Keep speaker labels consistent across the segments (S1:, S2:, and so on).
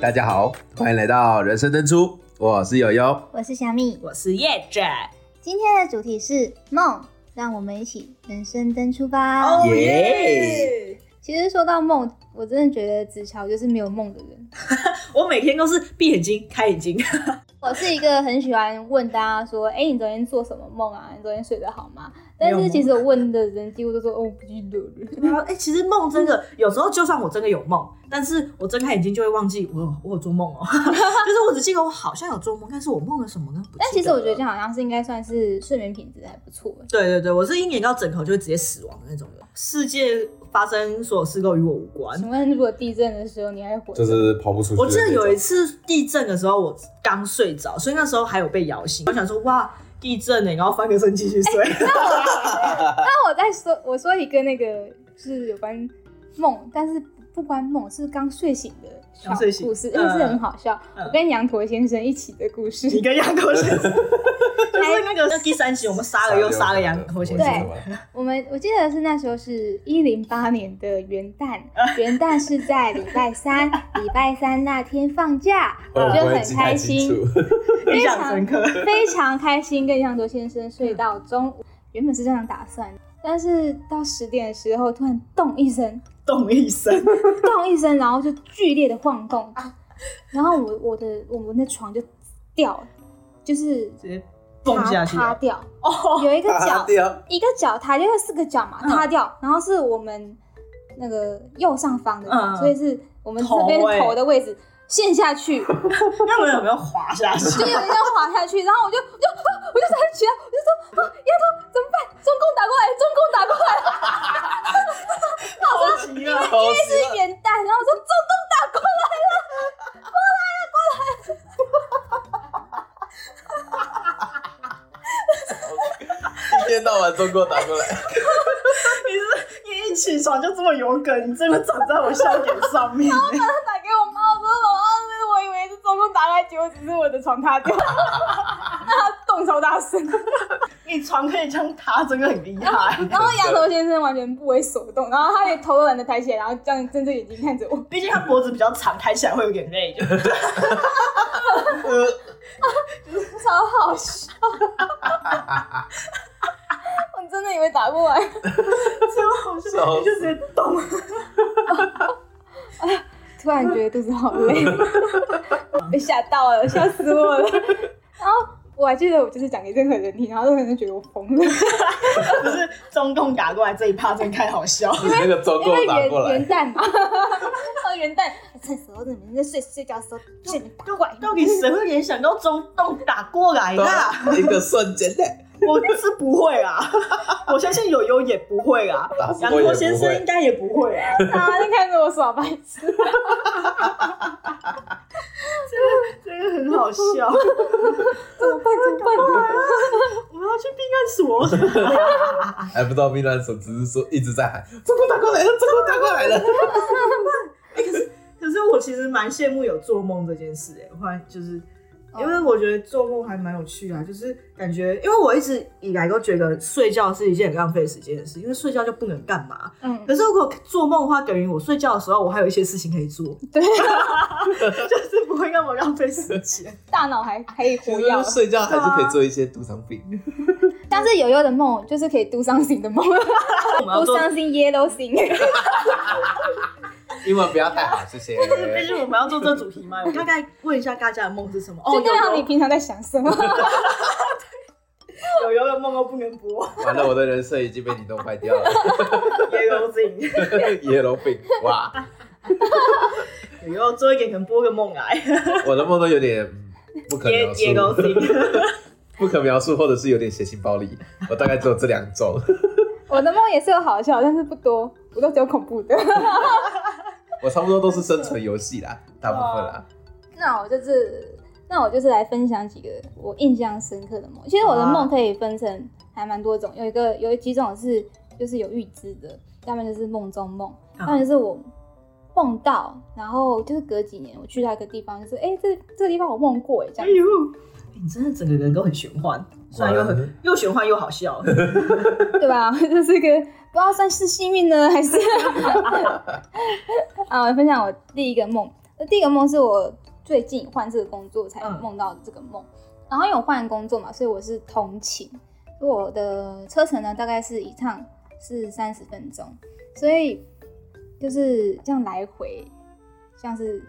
S1: 大家好，欢迎来到人生登出，我是友友。
S2: 我是小米。
S3: 我是叶卷，
S2: 今天的主题是梦，让我们一起人生登出吧。
S3: Oh,
S1: 哦耶！
S2: 其实说到梦，我真的觉得子乔就是没有梦的人。
S3: 我每天都是闭眼睛开眼睛，
S2: 我是一个很喜欢问大家说：“哎、你昨天做什么梦啊？你昨天睡得好吗？”但
S3: 没有
S2: 是
S3: 梦
S2: 其实我问的人几乎都说：“哦，不记得了。
S3: 然后哎，其实梦真的有时候，就算我真的有梦，但是我睁开眼睛就会忘记我有我有做梦 哦，就是我只记得我好像有做梦，但是我梦了什么呢？不记
S2: 但其实我觉得
S3: 了
S2: 这样好像是应该算是睡眠品质还不错。欸
S3: 对对对，我是一年到枕头就会直接死亡的那种人，世界发生所有事都与我无关。
S2: 请问，如果地震的时候你还活
S4: 就
S2: 着？
S4: 是跑不出去。
S3: 我记得有一，次地震的时候，我刚睡着，所以那时候还有被摇醒。我想说，哇，地震呢、欸然后翻个身继续睡。
S2: 那我再说，我说一个那个就是有关梦，但是不关梦，是刚睡醒的小
S3: 刚睡醒
S2: 故事，
S3: 嗯
S2: 真的是很好笑。
S3: 嗯
S2: 我跟羊驼先生一起的故事，
S4: 嗯
S3: 你跟羊驼先生，就是那个第三集，我们杀了又杀了羊驼先生。
S4: 对，
S2: 我们我记得是那时候是一零八年的元旦，
S4: 嗯
S2: 元旦是在礼拜 三，礼拜三那天放假，啊我
S4: 哦我
S2: 就
S4: 不会
S2: 很
S4: 记
S2: 开
S4: 太清
S2: 心，
S4: 楚。
S3: 印象深刻。
S2: 非常开心，跟羊驼先生睡到中午。原本是这样打算，但是到十点的时候突然咚一声，
S3: 咚一声，
S2: 咚一声，然后就剧烈的晃动，
S3: 啊
S2: 然后我我的我们的床就掉了，就是
S3: 直接蹦下去。
S2: 塌塌掉，
S3: 哦，
S2: 有一个
S1: 啊
S2: 脚
S1: 对哦，
S2: 一个脚塌掉，因为四个脚嘛
S3: 嗯
S2: 塌掉，然后是我们那个右上方的嘛，
S3: 嗯
S2: 所以是我们
S3: 头
S2: 这边
S3: 欸
S2: 头的位置陷下去，
S3: 哎
S2: 就
S3: 那我有没有滑下去？
S2: 有一下滑下去，然后我就我就啊我就站起来，我就说啊，丫头怎么办？中共打过来，中共打 过来，
S3: 好极了，
S1: 好
S2: 这是元旦，然后我说中共打过来。
S1: 一天到晚中国打过来，
S3: 你是你一起床就这么有梗，你真的长在我笑点上 面。
S2: 打给我妈，我说老妈，那啊个我以为是中共打来，结果只是我的床塌 掉，那他动超大声，
S3: 你床可以这样塌，真的很厉害。
S2: 然后羊头先生完全不为所动，然后他也头都懒得抬起来，然后这样睁着眼睛看着我，
S3: 毕竟他脖子比较长，抬起来会有点累。就
S2: 超好笑。我真的以为打不完，
S3: 好笑，你就直接咚。
S2: 突然觉得肚子好累， 被吓到了，笑死我了。 然后我还记得我就是讲给任何人听，然后任何人都觉得我疯了。
S3: 不是中共打过来这一趴，真的太好 笑。
S4: 你那个中
S2: 因为
S4: 共打
S2: 元
S4: 过来
S2: 元，旦嘛， 哦元旦，趁时候你们在睡睡觉的时候睡眠打怪，
S3: 到底谁会联想到中共打过来啊啦？
S1: 一个瞬间的，
S3: 我是不会啊，我相信友友也不会啊
S4: 打，死
S3: 杨
S4: 我也
S3: 过
S4: 不会
S3: 先生应该也不会啊，
S2: 大 家在看着我耍白痴，
S3: 这个很好笑。
S2: 怎么办？怎么办？
S3: 我们要去避难所，
S1: 还哎不知道避难所，只是说一直在喊中国打过来了，中国打过来了。
S3: 可是我其实蛮羡慕有做梦这件事哎、我然就是。因为我觉得做梦还蛮有趣啊，就是感觉，因为我一直以来都觉得睡觉是一件很浪费时间的事，因为睡觉就不能干嘛。
S2: 嗯，
S3: 可是如果做梦的话，等于我睡觉的时候，我还有一些事情可以做，
S2: 对，
S3: 就是不会那么浪费时间。
S2: 大脑还可以活
S1: 其
S2: 跃
S1: 实，睡觉还是可以做一些赌场饼，
S2: 但是友友的梦就是可以 do something 的梦
S3: 我们要
S2: ，do
S3: 做
S2: something yellow thing，
S1: 英文不要太好，谢谢。
S3: 但是我们要做这主题 吗？我大概问一下大家的梦是什么？哦，
S2: 就代表
S3: 有
S2: 你平常在想什么？
S3: 有有有梦都不能播
S1: 完了，我的人设已经被你弄坏掉了，
S3: ，Yellow Thing，
S1: 耶龙饼哇！
S3: 有有做一点可能播个梦来
S1: 我的梦都有点嗯不可描
S3: ，Yellow
S1: 述，
S3: Thing，
S1: 不可描述，或者是有点血腥暴力。我大概只有这两种。
S2: 我的梦也是有好笑，但是不多，我都只有恐怖的。
S1: 我差不多都是生存游戏啦，大部分啦。
S2: 那我就是，那我就是来分享几个我印象深刻的梦。其实我的梦可以分成还蛮多种，有一个有几种是就是有预知的，要么就是梦中梦，
S3: 啊
S2: 要么就是我梦到，然后就是隔几年我去到一个地方，就是哎、诶这这个地方我梦过哎这
S3: 哎
S2: 样。
S3: 呦，你真的整个人都很玄幻，虽然又
S1: 果
S3: 很
S1: 然
S3: 又玄幻又好笑，
S2: 对吧？ 这是一个不知 道算是幸运呢，还是啊？我分享我第一个梦，呃，第一个梦是我最近换这个工作才
S3: 嗯
S2: 梦到这个梦，然后因为我换工作嘛，所以我是通勤，我的车程呢大概是一趟是三十分钟，所以就是这样来回，像是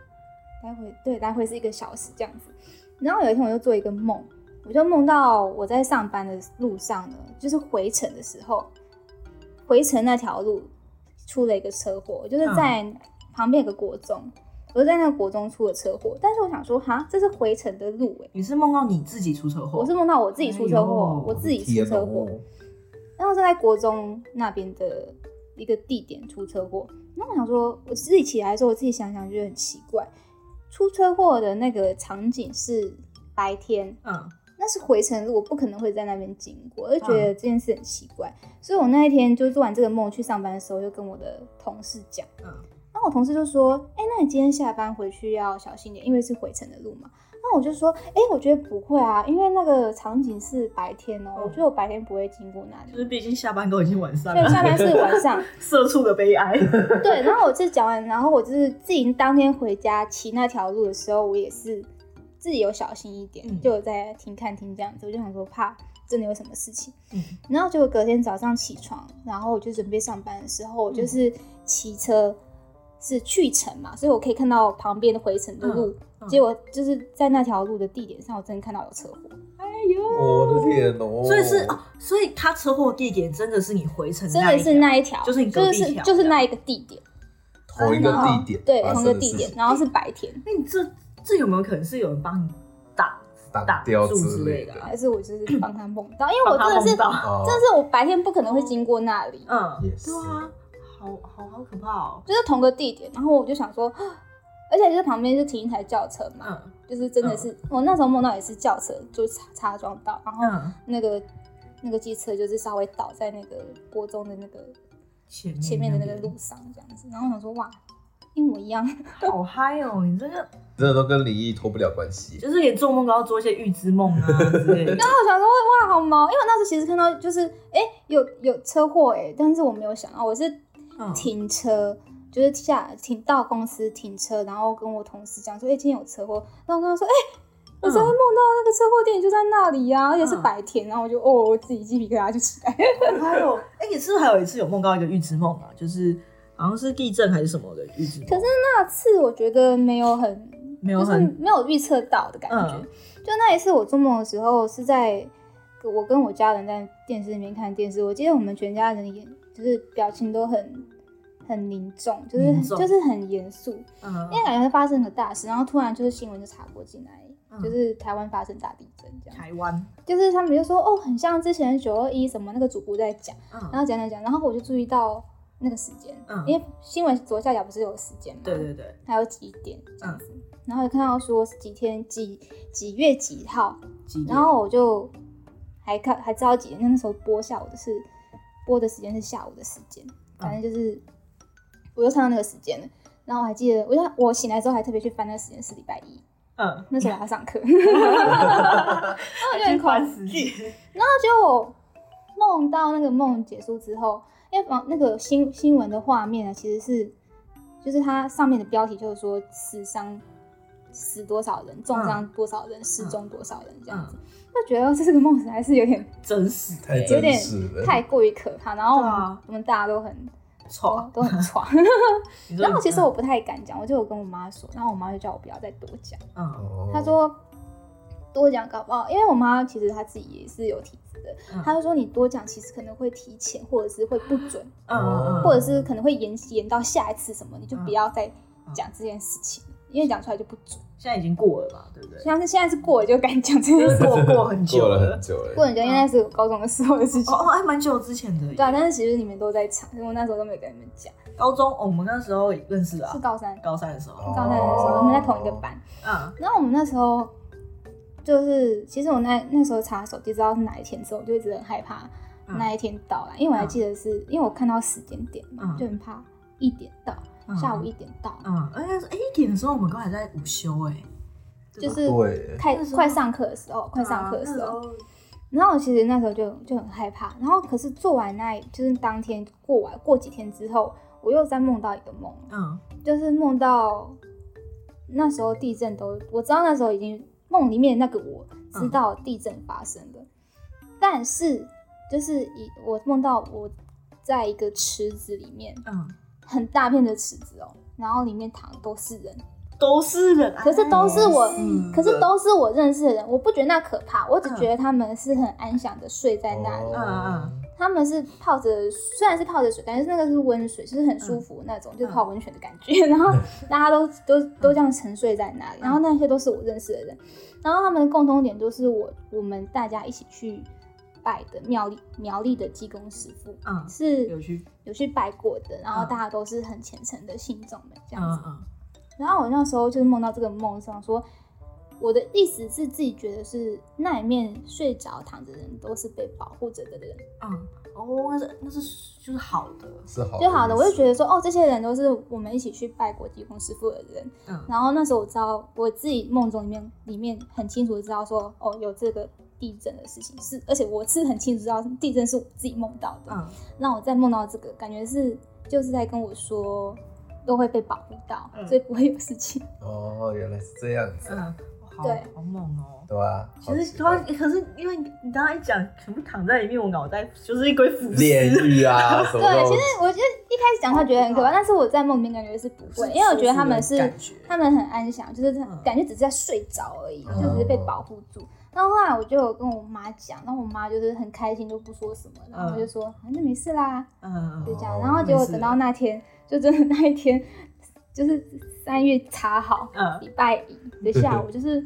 S2: 来回对来回是一个小时这样子。然后有一天我就做一个梦，我就梦到我在上班的路上呢，就是回程的时候，回程那条路出了一个车祸，就是
S3: 嗯
S2: 在旁边有个国中，我就在那个国中出了车祸。但是我想说，哈，这是回程的路哎、
S3: 你是梦到你自己出车祸？
S2: 我是梦到我自己出车祸
S3: 哎呦，
S2: 我哦自己出车祸。然后是在国中那边的一个地点出车祸。然后我想说，我自己起来的时候，我自己想想觉得很奇怪，出车祸的那个场景是白天，
S3: 嗯，
S2: 那是回程路，我不可能会在那边经过，我就觉得这件事很奇怪。所以我那一天就做完这个梦去上班的时候，就跟我的同事讲，
S3: 嗯
S2: 嗯，那我同事就说，哎、那你今天下班回去要小心点，因为是回程的路嘛。那我就说，哎、我觉得不会啊，因为那个场景是白天哦、
S3: 嗯
S2: 我觉得我白天不会经过那里。
S3: 就是毕竟下班都已经晚上
S2: 对，
S3: 了，
S2: 下班是晚上， 哎
S3: 社畜的悲哀。
S2: 对。然后我就讲完，然后我就是自己当天回家骑那条路的时候，我也是自己有小心一点，
S3: 嗯
S2: 就有在听看听这样子，我就想说怕真的有什么事情。
S3: 嗯
S2: 然后结果隔天早上起床，然后我就准备上班的时候，我
S3: 嗯
S2: 就是骑车是去程嘛，所以我可以看到旁边的回程的路。
S3: 嗯
S2: 结果就是在那条路的地点上，我真的看到有车祸。
S1: 我的天哦！
S3: 所以是哦，所以他车祸地点真的是你回程
S2: 真的是
S3: 那
S2: 那
S3: 一
S2: 一条，
S3: 就是你隔
S2: 就
S3: 壁
S2: 是
S3: 条
S2: 就是那一个地点，
S1: 哦同一个地点，
S2: 哦对，
S1: 发
S2: 同
S1: 生
S2: 一个
S1: 的
S2: 地
S1: 事
S2: 点，
S1: 情
S2: 然后是白天。
S3: 那你这这有没有可能是有人帮你打
S1: 挡
S3: 挡
S1: 掉
S3: 住之
S1: 类
S3: 的啊？
S2: 还是我就是帮他梦到，因为
S3: 把
S2: 我
S3: 他
S2: 真的是，真
S3: 弄到？
S1: 哦，
S2: 的是我白天不可能会经过那里，
S3: 嗯，
S1: 也是
S3: 对啊，好好好可怕哦。
S2: 就是同个地点。然后我就想说， 而且就是旁边就停一台轿车嘛，
S3: 嗯
S2: 就是真的是、我那时候梦到也是轿车就擦擦撞到，然后
S3: 嗯，
S2: 那个那个机车就是稍微倒在那个国中的那个
S3: 前面
S2: 前面的那个路上这样子，然后我想说哇，一模一样，
S3: 边，好嗨哦！你这个
S1: 真的都跟灵异脱不了关系。
S3: 就是连做梦都要做一些预知梦 啊之类的。
S2: 我想说哇好毛，因为我那时候其实看到就是哎、诶有有车祸哎、诶但是我没有想到我是
S3: 嗯
S2: 停车，就是下停到公司停车，然后跟我同事讲说，哎、今天有车祸，然后我跟他说，哎、我昨天梦
S3: 嗯
S2: 到那个车祸地点就在那里呀、而且是
S3: 嗯
S2: 白天，然后我就哦，我自己鸡皮疙瘩就起 来。
S3: 还有，哎、你是不是还有一次有梦到一个预知梦啊？就是好像是地震还是什么的预知梦。
S2: 可是那次我觉得没有很，
S3: 没有
S2: 就是
S3: 很
S2: 没有预测到的感觉。
S3: 嗯
S2: 就那一次我做梦的时候是在我跟我家人在电视里面看电视，我记得我们全家人的眼就是表情都很很凝重，就是
S3: 凝重
S2: 就是很严肃。
S3: 嗯
S2: 因为感觉发生了大事，然后突然就是新闻就插播进来，
S3: 嗯
S2: 就是台湾发生大地震这样，
S3: 台湾，
S2: 就是他们就说哦，很像之前九二一什么那个主播在讲，然
S3: 嗯，
S2: 后讲讲讲，然后我就注意到那个时间，
S3: 嗯
S2: 因为新闻左下角不是有时间嘛，
S3: 对对对，
S2: 还有几点这样子，然后就看到说是几天几几月几号，
S3: 几点
S2: 然后我就还看还知道几点，那那时候播下午的是播的时间是下午的时间，反正就是我就看到那个时间了。然后我还记得，我就我醒来之后还特别去翻那个时间是礼拜一，
S3: 嗯，
S2: 那时候我要上课， 然后我就很恐
S3: 死记，
S2: 然后结果我梦到那个梦结束之后，因为房那个新新闻的画面呢，其实是就是它上面的标题就是说死伤死多少人，重
S3: 嗯
S2: 伤多少人，失踪多少人这样子，就觉得这个梦实在是有点
S3: 真实
S1: 太
S3: 欸
S2: 真
S1: 真实了，
S2: 太过于可怕。然后我
S3: 对
S2: 们、
S3: 啊
S2: 我们大家都很
S3: 丑。
S2: 都很 爽。
S3: 你说
S2: 哦然后其实
S3: 嗯
S2: 我不太敢讲，我就有跟我妈说，然后我妈就叫我不要再多讲。
S3: 嗯
S1: 哦
S2: 他说多讲搞不好，因为我妈其实她自己也是有体质的，
S3: 嗯
S2: 她就说你多讲其实可能会提前，或者是会不准，
S3: 嗯嗯，
S2: 或者是可能会延延到下一次什么，你就不要再
S3: 嗯
S2: 讲这件事情，因为讲出来就不准。
S3: 现在已经过了嘛，对不对？
S2: 像是现在是过了就敢讲这件
S3: 就是
S2: 事，
S3: 过过很久
S1: 过了很久了，
S2: 过了就应该是我高中的时候的事情。
S3: 哦哦，还蛮久之前的耶。
S2: 对啊，但是其实你们都在场，因为我那时候都没有跟你们讲，
S3: 高中哦我们那时候认识啊
S2: 是，高三，
S3: 高三的时候，
S1: 哦
S2: 高三的时候我们在同一个班，
S3: 嗯
S2: 然后我们那时候就是，其实我那那时候查手机知道是哪一天之后，我就一直很害怕
S3: 嗯
S2: 那一天到来，因为我还记得是、因为我看到时间点嘛，
S3: 嗯
S2: 就很怕一点到，
S3: 嗯
S2: 哦下午一点到，
S3: 嗯，应该是哎一点的时候我们刚才在午休哎，对
S2: 就
S3: 吧
S2: 是
S1: 对，
S2: 快
S3: 那时候啊
S2: 快上课的时候，快上课的时候，然后我其实那时候就就很害怕，然后可是做完那一，就是当天过完过几天之后，我又再梦到一个梦，
S3: 嗯
S2: 就是梦到那时候地震都，我知道那时候已经梦里面那个我
S3: 嗯
S2: 知道地震发生了，但是就是一我梦到我在一个池子里面，
S3: 嗯，
S2: 很大片的池子哦，然后里面躺的都是人，
S3: 都是人，
S2: 可是啊都是我
S3: 嗯
S2: 可是都是我认识的人，我不觉得那可怕，我只觉得他们是很啊安详的睡在那里，
S1: 哦
S3: 嗯嗯
S2: 他们是泡着虽然是泡着水，但是那个是温水，就是很舒服那种，
S3: 嗯
S2: 就是泡温泉的感觉。 然后大家都都都这样沉睡在那里，然后那些都是我认识的人，然后他们的共同点就是我我们大家一起去拜的苗栗苗栗的济公师傅
S3: 嗯，
S2: 是
S3: 有趣，
S2: 有去拜过的，然后
S3: 嗯
S2: 大家都是很虔诚的信众们这
S3: 嗯
S2: 样子。
S3: 嗯
S2: 然后我那时候就是梦到这个梦，想说我的意思是自己觉得是那里面睡着躺着的人都是被保护着的人，
S3: 嗯，哦，那是那是就是好的，
S1: 是好
S2: 就好的。我就觉
S1: 得
S2: 得说，哦，这些人都是我们一起去拜国际公师傅的人。
S3: 嗯
S2: 然后那时候我知道我自己梦中里面里面很清楚地知道说，哦，有这个地震的事情是，而且我是很清楚知道地震是我自己梦到的。
S3: 嗯
S2: 那我再梦到这个，感觉是就是在跟我说都会被保护到，
S3: 嗯
S2: 所以不会有事情。
S1: 哦，原来是这样子，
S3: 嗯，好
S2: 对
S3: 好猛哦。
S1: 对吧？
S3: 其实，突
S1: 好
S3: 然，
S1: 奇怪
S3: 可是因为你刚刚一讲，全部躺在里面，我脑袋就是一堆腐
S1: 炼
S3: 尸。
S1: 狱啊什么
S2: 对，
S1: 的，
S2: 其实我觉得一开始讲他觉得很可怕，但是我在梦里面感觉是不会，因为我觉得他们
S3: 舒服
S2: 是
S3: 的感觉
S2: 他们很安详，就是
S3: 嗯
S2: 感觉只是在睡着而已，
S3: 嗯
S2: 就只是被保护住。然后后来我就有跟我妈讲，然后我妈就是很开心，就不说什么，然后我就说、啊、那没事啦，
S3: 嗯，
S2: 就这样。
S1: 哦
S2: 然后结果
S3: 没事
S2: 等到那天，就真的那一天，就是三月查好，
S3: 嗯
S2: 礼拜一的下午，就是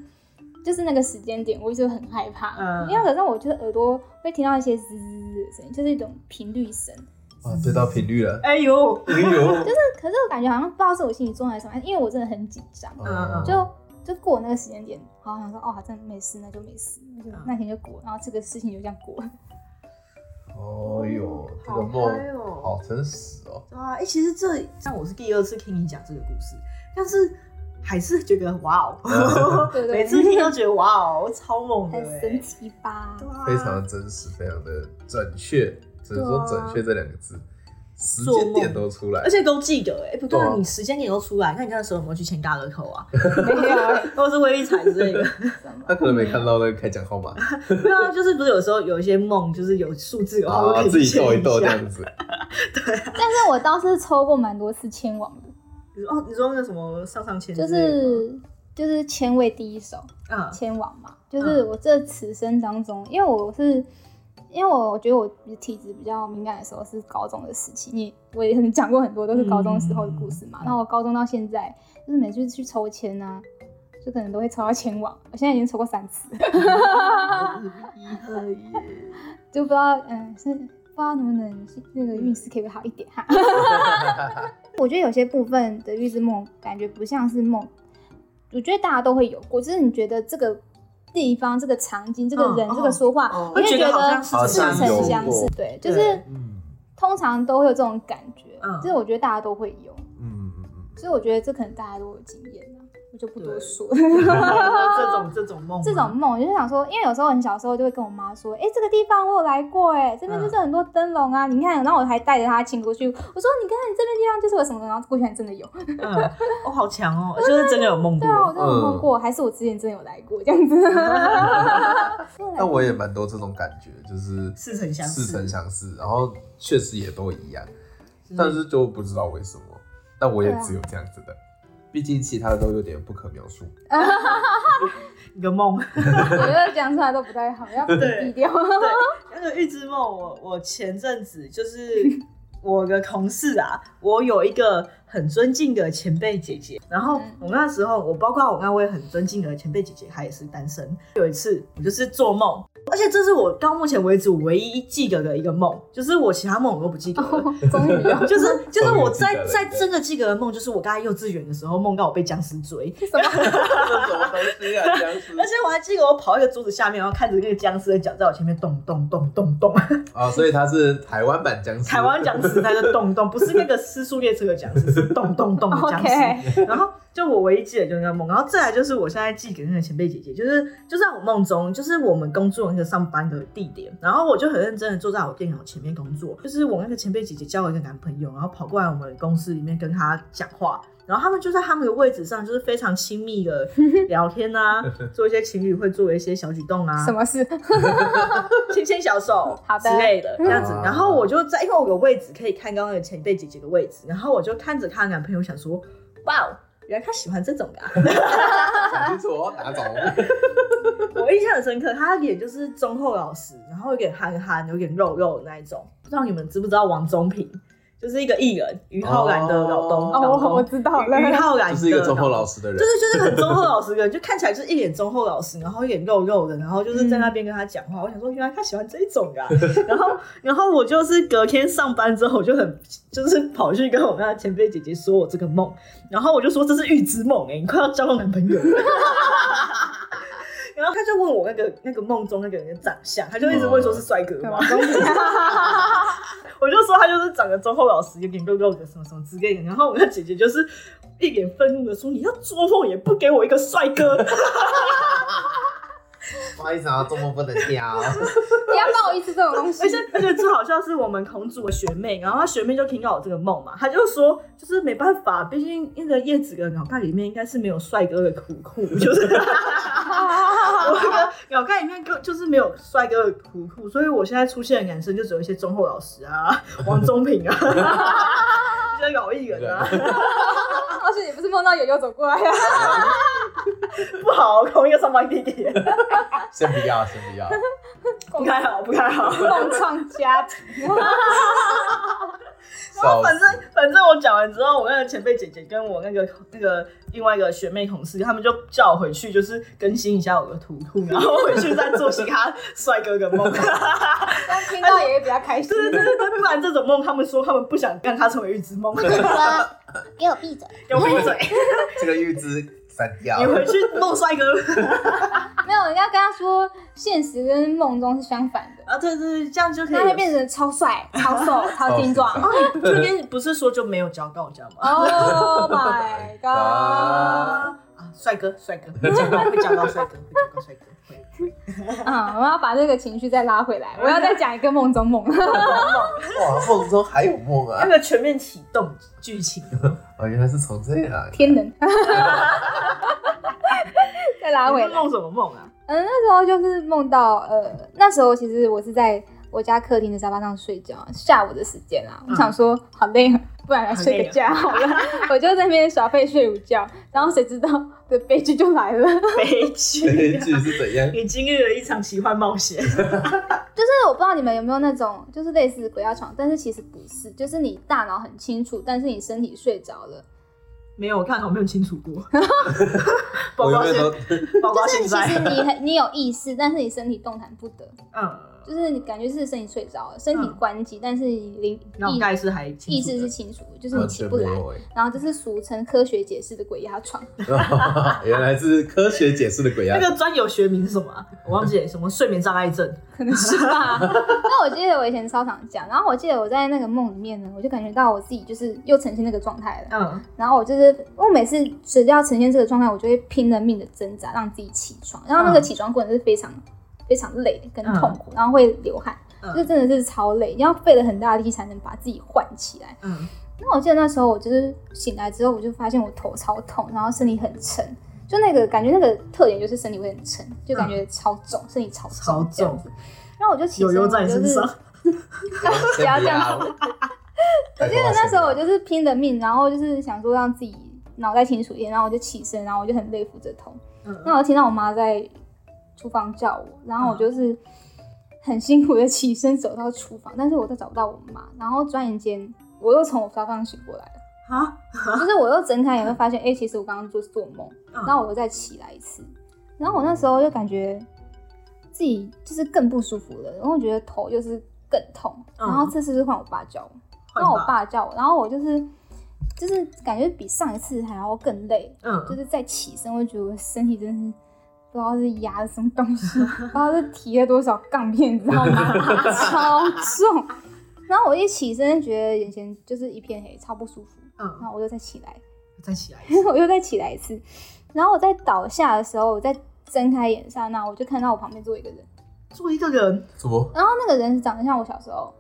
S2: 就是那个时间点，我就很害怕，
S3: 嗯
S2: 因为可是我觉得耳朵会听到一些滋滋滋的声音，就是一种频率声。
S1: 哇，对到频率了，
S3: 哎呦，
S1: 哎呦，就是
S2: 可是我感觉好像不知道是我心理状态什么，因为我真的很紧张，
S3: 嗯
S2: 就就过那个时间点，好像说哦，好像没事，那就没事，那就
S3: 嗯
S2: 那天就过，然后这个事情就这样 过了。
S1: 哦呦，这个
S3: 好嗨
S1: 梦
S3: 哦
S1: 好真实哦，
S3: 对啊，哎、其实这像我是第二次听你讲这个故事，但是还是觉得哇 哦，
S2: 对对
S3: 每次听都觉得哇哦，超猛的、
S2: 很
S3: 欸，
S2: 神奇吧？
S3: 对啊，
S1: 非常的真实，非常的准确，只能
S3: 对
S1: 说
S3: 啊
S1: 准确这两个字，时
S3: 做
S1: 间
S3: 梦
S1: 点都出来，
S3: 而且都记得哎、欸不对
S1: 对
S3: 啊，
S1: 啊
S3: 你时间点都出来，那你那时候有没有去签大乐透啊，
S2: 没有欸
S3: 或者是微一彩 之类的？
S2: 什 么
S1: 他可能没看到那个开奖号码，
S3: 对啊，就是不是有时候有一些梦，就是有数字的话，我
S1: 啊
S3: 可，以
S1: 自己
S3: 签
S1: 斗一
S3: 一
S1: 斗这
S3: 下。
S1: 样子，
S2: 但啊是我倒是抽过蛮多次签王的，
S3: 你说哦，你说那个什么上上签之
S2: 就
S3: 类的吗，
S2: 是就是签位第一手，
S3: 嗯
S2: 签王嘛，就是我这此生当中，因为我是。因为我觉得我体质比较敏感的时候是高中的时期，你我也很讲过很多都是高中时候的故事嘛。
S3: 嗯
S2: 那、我高中到现在，就是每次去抽签啊，就可能都会抽到前网。我现在已经抽过三次，
S3: 厉害耶！
S2: 就不知道嗯是不知道能不能那个运势可以好一点 哈。我觉得有些部分的预知梦感觉不像是梦，我觉得大家都会有过，就是你觉得这个地方、这个场景、这个人、
S3: 嗯
S2: 这个说话，
S3: 哦
S2: 你会
S3: 会觉得好
S2: 得
S3: 像
S2: 似
S1: 是真的
S2: 曾相识
S1: 有过，
S2: 对，就是
S3: 对
S1: 嗯
S2: 通常都会有这种感觉，
S3: 嗯
S2: 就是我觉得大家都会有，
S1: 嗯嗯
S2: 所以我觉得这可能大家都有经验啊，我就不多
S3: 对
S2: 说。
S3: 这种这种梦吗，
S2: 这种梦，我就想说，因为有时候很小时候就会跟我妈说，哎、这个地方我有来过、哎，这边就是很多灯笼啊，你看，然后我还带着她亲过去，我说你看这边地方就是有什么，然后过去还真的有，
S3: 嗯，我、好强哦，就是真的有梦过。
S2: 对啊，我真的有梦过，还是我之前真的有来过这样子。
S1: 嗯，但我也蛮多这种感觉，就是
S3: 似曾相识
S1: 似曾相识，然后确实也都一样，
S3: 就是
S1: 但是就不知道为什么，但我也
S2: 对啊
S1: 只有这样子的，毕竟其他的都有点不可描述，
S3: 一个 梦，
S2: 啊我觉得讲出来都不太好，要低调。
S3: 对，那个预知梦，我我前阵子就是我的同事啊，我有一个很尊敬的前辈姐姐，然后
S2: 嗯
S3: 我那时候我包括我那位很尊敬的前辈姐姐，她也是单身。有一次我就是做梦。而且这是我到目前为止唯一记得的一个梦，就是我其他梦我都不记得了，
S2: 终于有
S3: 就是就是我
S1: 终于记得
S3: 在
S1: 了
S3: 在真的记得的梦，就是我刚才幼稚园的时候梦到我被僵尸追，
S2: 什 么？
S1: 这什么东西啊，僵尸
S3: 而且我还记得我跑一个桌子下面，然后看着那个僵尸的脚在我前面动动动动动，
S1: 啊，所以它是台湾版僵尸，
S3: 台湾僵尸在这动动，不是那个失速列车的僵尸，是动动动的僵
S2: OK
S3: 尸。然后就我唯一记得就是那个梦，然后再来就是我现在寄给那个前辈姐姐，就是就在我梦中，就是我们工作那个上班的地点，然后我就很认真的坐在我电脑前面工作，就是我那个前辈姐姐交了一个男朋友，然后跑过来我们公司里面跟他讲话，然后他们就在他们的位置上，就是非常亲密的聊天啊，做一些情侣会做的一些小举动啊，
S2: 什么事？
S3: 牵牵小手，
S2: 好的
S3: 之类的这样子
S1: 嗯。
S3: 然后我就在，因为我有位置可以看刚刚的前辈姐姐的位置，然后我就看着她的男朋友，想说，哇哦，原来他喜欢这种的啊、
S1: 想清楚哦，打招呼。
S3: 我印象很深刻，他的脸就是忠厚老实，然后有点憨憨，有点肉肉的那一种。不知道你们知不知道王宗平，就是一个艺人，于浩然的老
S1: 哦
S3: 东，
S2: 哦，
S3: 老
S2: 我我
S3: 公，
S2: 知道了。
S3: 于浩然
S1: 就
S3: 的
S1: 是一个忠厚
S3: 老
S1: 老实的 人
S3: 就，是就是很忠厚 老实的人，就看起来就是一脸忠厚老实，然后一脸肉肉的，然后就是在
S1: 嗯
S3: 那边跟他讲话。我想说，原来他喜欢这一种啊。然后，然后我就是隔天上班之后，我就很就是跑去跟我那前辈姐姐说我这个梦，然后我就说这是预知梦哎、你快要交到男朋友了。 然后他就问我那个那个梦中那个人的长相，他就一直
S1: 哦
S3: 问说是帅哥
S2: 对
S3: 吗
S2: 王？宗平
S3: 我就说他就是长得忠厚老实，有点肉肉的什么什么之类的。然后我那姐姐就是一脸愤怒的说：“你要做梦也不给我一个帅哥。”
S1: 不好意思啊，做梦不能 挑。
S2: 不要帮我一直这种东西
S3: 而。且而且最好笑是我们孔主的学妹，然后她学妹就听到我这个梦嘛，她就说就是没办法，毕竟那个叶子的脑袋里面应该是没有帅哥的苦库，就是 我的脑袋里面就就是没有帅哥的苦库，所以我现在出现的男生就只有一些忠厚老实啊，王宗平啊， 一些老艺人啊，
S2: 老师，你不是梦到友友走过来啊？
S3: 不好，哦同一个上班地点，
S1: 先不要，先 不要。
S3: 不太好，不太好。
S2: 共创家庭，
S3: 然后
S1: 笑
S3: 反
S1: 死
S3: 正反正我讲完之后，我那个前辈姐姐跟我那个那个另外一个学妹同事，他们就叫我回去，就是更新一下我的图库，然后回去再做其他帅哥的梦。啊
S2: 但听到也会比较开心。
S3: 对对对对，不然这种梦，他们说他们不想让它成为预知 梦。
S2: 给我闭嘴！
S3: 给我闭嘴！
S1: 这个预知删掉
S3: 你。回去梦帅哥。
S2: 没有，你要跟他说，现实跟梦中是相反的，
S3: 啊，对对对，这样就可以
S2: 那会变成超帅、超瘦、超精壮。
S1: 超
S3: 这 边不是说就没有交到这样吗？
S2: Oh my god！
S1: 啊
S3: 啊，帅哥，帅哥，会讲到会讲到帅哥，会讲到帅哥，会。
S2: 嗯，我要把这个情绪再拉回来，我要再讲一个梦中梦。
S1: 啊哇，梦中还有梦啊
S3: 那！个全面启动剧情，
S1: 哦，原来是从这 样。
S2: 天能， 再拉回
S3: 你
S2: 来
S3: 会。梦什么梦啊？
S2: 嗯，那时候就是梦到，呃，那时候其实我是在我家客厅的沙发上睡觉，下午的时间啦。我
S3: 嗯
S2: 想说好累，啊，不然来睡个觉好了。 我就在那边耍废睡午觉，然后谁知道的悲剧就来了， 就
S3: 悲
S1: 这
S3: 剧
S1: 一。句是怎样？
S3: 你经历了一场奇幻 冒险，
S2: 是我不知道你们有没有那种，就是类似鬼压床，但是其实不是，就是你大脑很清楚，但是你身体睡着了，
S3: 没有，我看好没有清楚 过，包
S1: 我有
S3: 括
S1: 没有
S3: 现
S1: 说，
S3: 包括
S2: 就是其
S3: 现
S2: 实
S3: 在，
S2: 你很你有意识，但是你身体动弹不得，
S3: 嗯，
S2: 就是你感觉是身体睡着了，身体
S3: 嗯
S2: 关机，但是你灵
S3: 脑
S2: 意
S3: 袋是还
S2: 意
S3: 清楚
S2: 识
S3: 的
S2: 是清楚的，就是你
S1: 完
S2: 起
S1: 全
S2: 不
S1: 没
S2: 来。
S1: 有哎。
S2: 然后这是俗称科学解释的鬼压床，
S1: 哎 原来是科学解释的鬼
S3: 那
S1: 啊！
S3: 个专有学名是什么啊？我忘记了，什么睡眠障碍症，
S2: 可能是吧。那我记得我以前超常讲，然后我记得我在那个梦里面呢，我就感觉到我自己就是又呈现那个状态了。
S3: 嗯，
S2: 然后我就是，我每次只要呈现这个状态，我就会拼了命的挣扎，让自己起床。然后那个
S3: 嗯
S2: 起床过程是非常、非常累跟痛苦，然后会流汗，
S3: 嗯
S2: 就真的是超累，你要费了很大的力才能把自己唤起来。
S3: 嗯，
S2: 那我记得那时候我就是醒来之后，我就发现我头超痛，然后身体很沉，就那个感觉那个特点就是身体会很沉，就感觉超重，身体超重
S3: 嗯超
S2: 这样
S3: 重
S2: 子。，然后我就起
S3: 有
S2: 身，
S3: 油
S2: 我
S3: 在
S2: 就
S3: 身
S2: 是
S3: 上，
S2: 不要这样。
S1: 我
S2: 我记得那时候我就是拼了命，然后就是想说让自己脑袋清楚一点，然后我就起身，然后我就很累扶着头。那
S3: 嗯，
S2: 我就听到我妈在厨房叫我，然后我就是很辛苦的起身走到厨房，但是我都找不到我妈，然后转眼间我又从我沙发上醒过来了。
S3: 啊，
S2: 就是我又睁开眼，会发现，哎、其实我刚刚就是做梦，
S3: 嗯
S2: 然后我又再起来一次，然后我那时候就感觉自己就是更不舒服了，然后我觉得头就是更痛，
S3: 嗯
S2: 然后这次是换我爸叫我，然后我
S3: 换吧，
S2: 爸叫我，然后我就是就是感觉比上一次还要更累，就
S3: 嗯，
S2: 是再起身，我觉得我身体真是。不知道是压了什么东西，不知道是提了多少杠片，你知道吗？ 超重。然后我一起身，觉得眼前就是一片黑，超不舒服。
S3: 嗯
S2: 然后我就再起来，
S3: 再起来一次。
S2: 我又再起来一次，然后我在倒下的时候，我在睁开眼刹那，我就看到我旁边坐一个人，
S3: 做一个人，
S1: 什么？
S2: 然后那个人是长得像我小时候，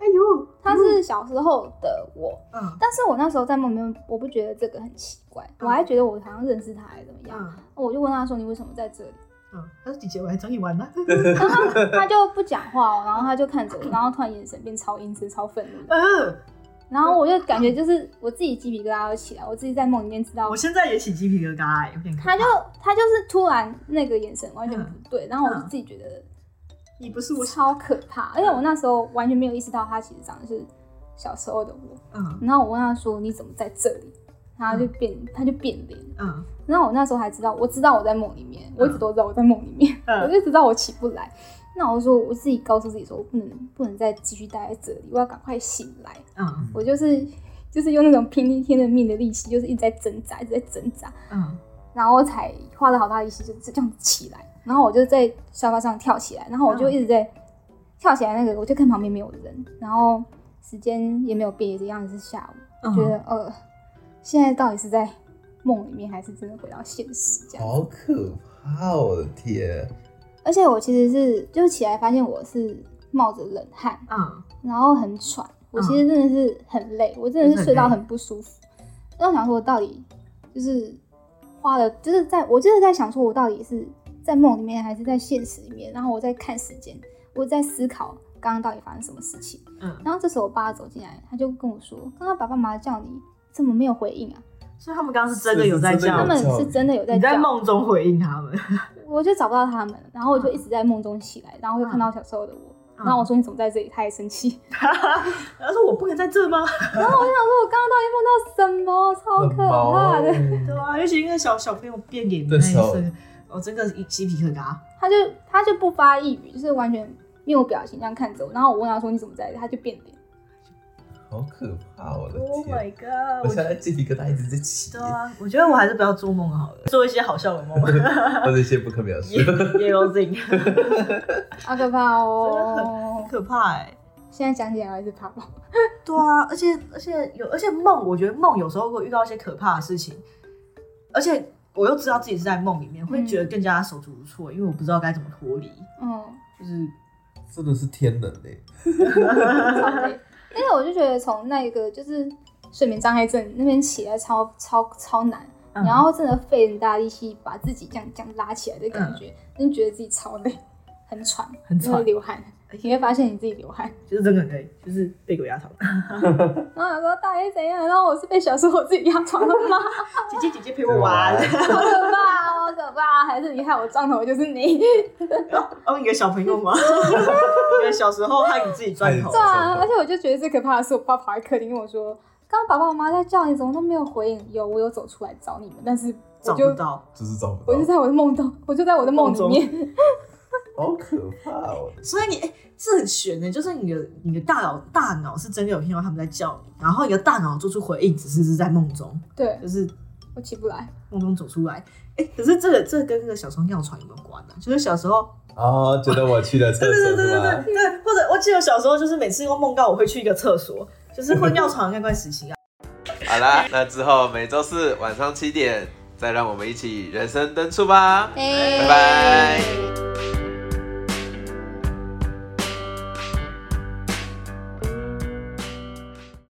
S3: 哎呦，
S2: 他是小时候的我，
S3: 嗯
S2: 但是我那时候在梦里面，我不觉得这个很奇怪，我还觉得我好像认识他还是怎么样，
S3: 嗯
S2: 我就问他说你为什么在这里，
S3: 嗯，他说姐姐，我来找你 玩呢、
S2: 然后他他就不讲话、哦，然后他就看着我，然后突然眼神变超阴森、超愤怒的，
S3: 嗯，
S2: 然后我就感觉就是我自己鸡皮疙瘩都起来，我自己在梦里面知道
S3: 我，现在也起鸡皮疙瘩、哎有点可怕。
S2: 他就他就是突然那个眼神完全
S3: 嗯
S2: 不对，然后我就自己觉得。
S3: 你不是我，
S2: 超可怕，而且我那时候完全没有意识到他其实长得是小时候的我。
S3: 嗯
S2: 然后我问他说：“你怎么在这里？”然后他就变，他就变脸。
S3: 嗯
S2: 然后我那时候还知道，我知道我在梦里面，我一直都知道我在梦里面， 我
S3: 嗯
S2: 就知道我起不来。那我说我自己告诉自己说，我不能不能再继续待在这里，我要赶快醒来。
S3: 嗯
S2: 我就是就是用那种拼一天的命的力气，就是一直在挣扎，一直在挣扎。
S3: 嗯，
S2: 然后才花了好大力气，就是这样起来。然后我就在沙发上跳起来，然后我就一直在跳起来那个，我就看旁边没有人，然后时间也没有变，也一样是下午，
S3: 嗯
S2: 觉得呃，现在到底是在梦里面，还是真的回到现实这样？
S1: 好可怕哦！我的天，
S2: 而且我其实是就是起来发现我是冒着冷汗，
S3: 嗯
S2: 然后很喘，我其实真的是很累，我真的是睡到很不舒服。那我想说，我到底就是花了，就是在我就是在想说，我到底是在梦里面还是在现实里面？然后我在看时间，我在思考刚刚到底发生什么事情。
S3: 嗯，
S2: 然后这时候我爸走进来，他就跟我说：“刚刚爸爸妈妈叫你，怎么没有回应啊？
S3: 所以他们刚刚是真的有在
S1: 是是真
S3: 叫
S1: 的
S2: 他
S1: 有
S2: 们是真的有在
S3: 哦你
S2: 叫
S3: 在，梦中回应他们。
S2: 我就找不到他们。然后我就一直在梦中起来，然后就看到小时候的我。
S3: 嗯
S2: 然后我说你怎么在这里？他也生气。
S3: 他说我不能在这吗？
S2: 我想说，我刚刚到底梦到什么？超
S1: 很
S2: 可
S1: 毛
S2: 怕的！
S1: 哦
S3: 对啊，尤其那个小小朋友变脸
S1: 对
S3: 的那一
S1: 手
S3: 瞬，我真的鸡皮疙瘩。
S2: 他就他就不发一语，就是完全面无表情这样看着我。然后我问他说：“你怎么在？”他就变脸。
S1: 好可怕！哦我的
S3: Oh my
S1: 天，
S3: god！
S1: 我
S3: 我
S1: 现在鸡皮疙瘩一直在起
S3: 对， 啊，我觉得我还是不要做梦好了，做一些好笑的梦。
S1: 或者一些不可描述。
S3: Yellowing，
S2: 好可怕哦！
S3: 可怕哎、
S2: 现在讲起来我还是怕吧。
S3: 对啊，而且而且有，而且梦，我觉得梦有时候如果遇到一些可怕的事情，而且我又知道自己是在梦里面，会觉得更加手足无措，因为我不知道该怎么脱离。
S2: 嗯，
S3: 就是
S1: 真的是天冷哎、
S2: 超累。但是我就觉得从那个就是睡眠障碍症那边起来超超超难，
S3: 嗯
S2: 然后真的费很大力气把自己这样这样拉起来的感觉，真的觉得自己超累，很喘，
S3: 嗯很喘哎
S2: 会流汗。你会发现你自己流汗，
S3: 就是真的很累，就是被鬼压床。
S2: 然后想说大爷怎样，然后我是被小时候我自己压床的吗？
S3: 姐姐姐姐陪我 玩，
S2: 好可怕，哦好可怕！哦还是你害我撞头就是 你。
S3: 哦，你的小朋友吗？你的小时候害你自己钻头
S2: 对。
S1: 对
S2: 啊，而且我就觉得最可怕的是，我爸跑来客厅跟我说：“刚刚爸爸妈妈在叫你，怎么都没有回应？”有，我有走出来找你们，但是我
S3: 找
S2: 就
S3: 不到，
S1: 就是找不
S2: 我就
S1: 到，
S2: 在我的梦中，我就在我的梦里面。
S1: 好可怕哦！
S3: 所以你哎、这很悬的、就是你的你的大脑大脑是真的有听到他们在叫你，然后你的大脑做出回应，只是是在梦中，
S2: 对
S3: 就，是
S2: 我起不来。
S3: 梦中走出来。哎、可是这个这个跟那个小时候尿床有没有关呢、就是小时候，
S1: 哦，觉得我去了厕
S3: 对对
S1: 所
S3: 对
S1: 是
S3: 对
S1: 吧？
S3: 对对，或者我记得小时候就是每次都梦到我会去一个厕所，就是会尿床的那段时期啊。
S4: 好啦，那之后每周四
S1: 哎
S4: 晚上七点，再让我们一起人生登出吧，拜拜。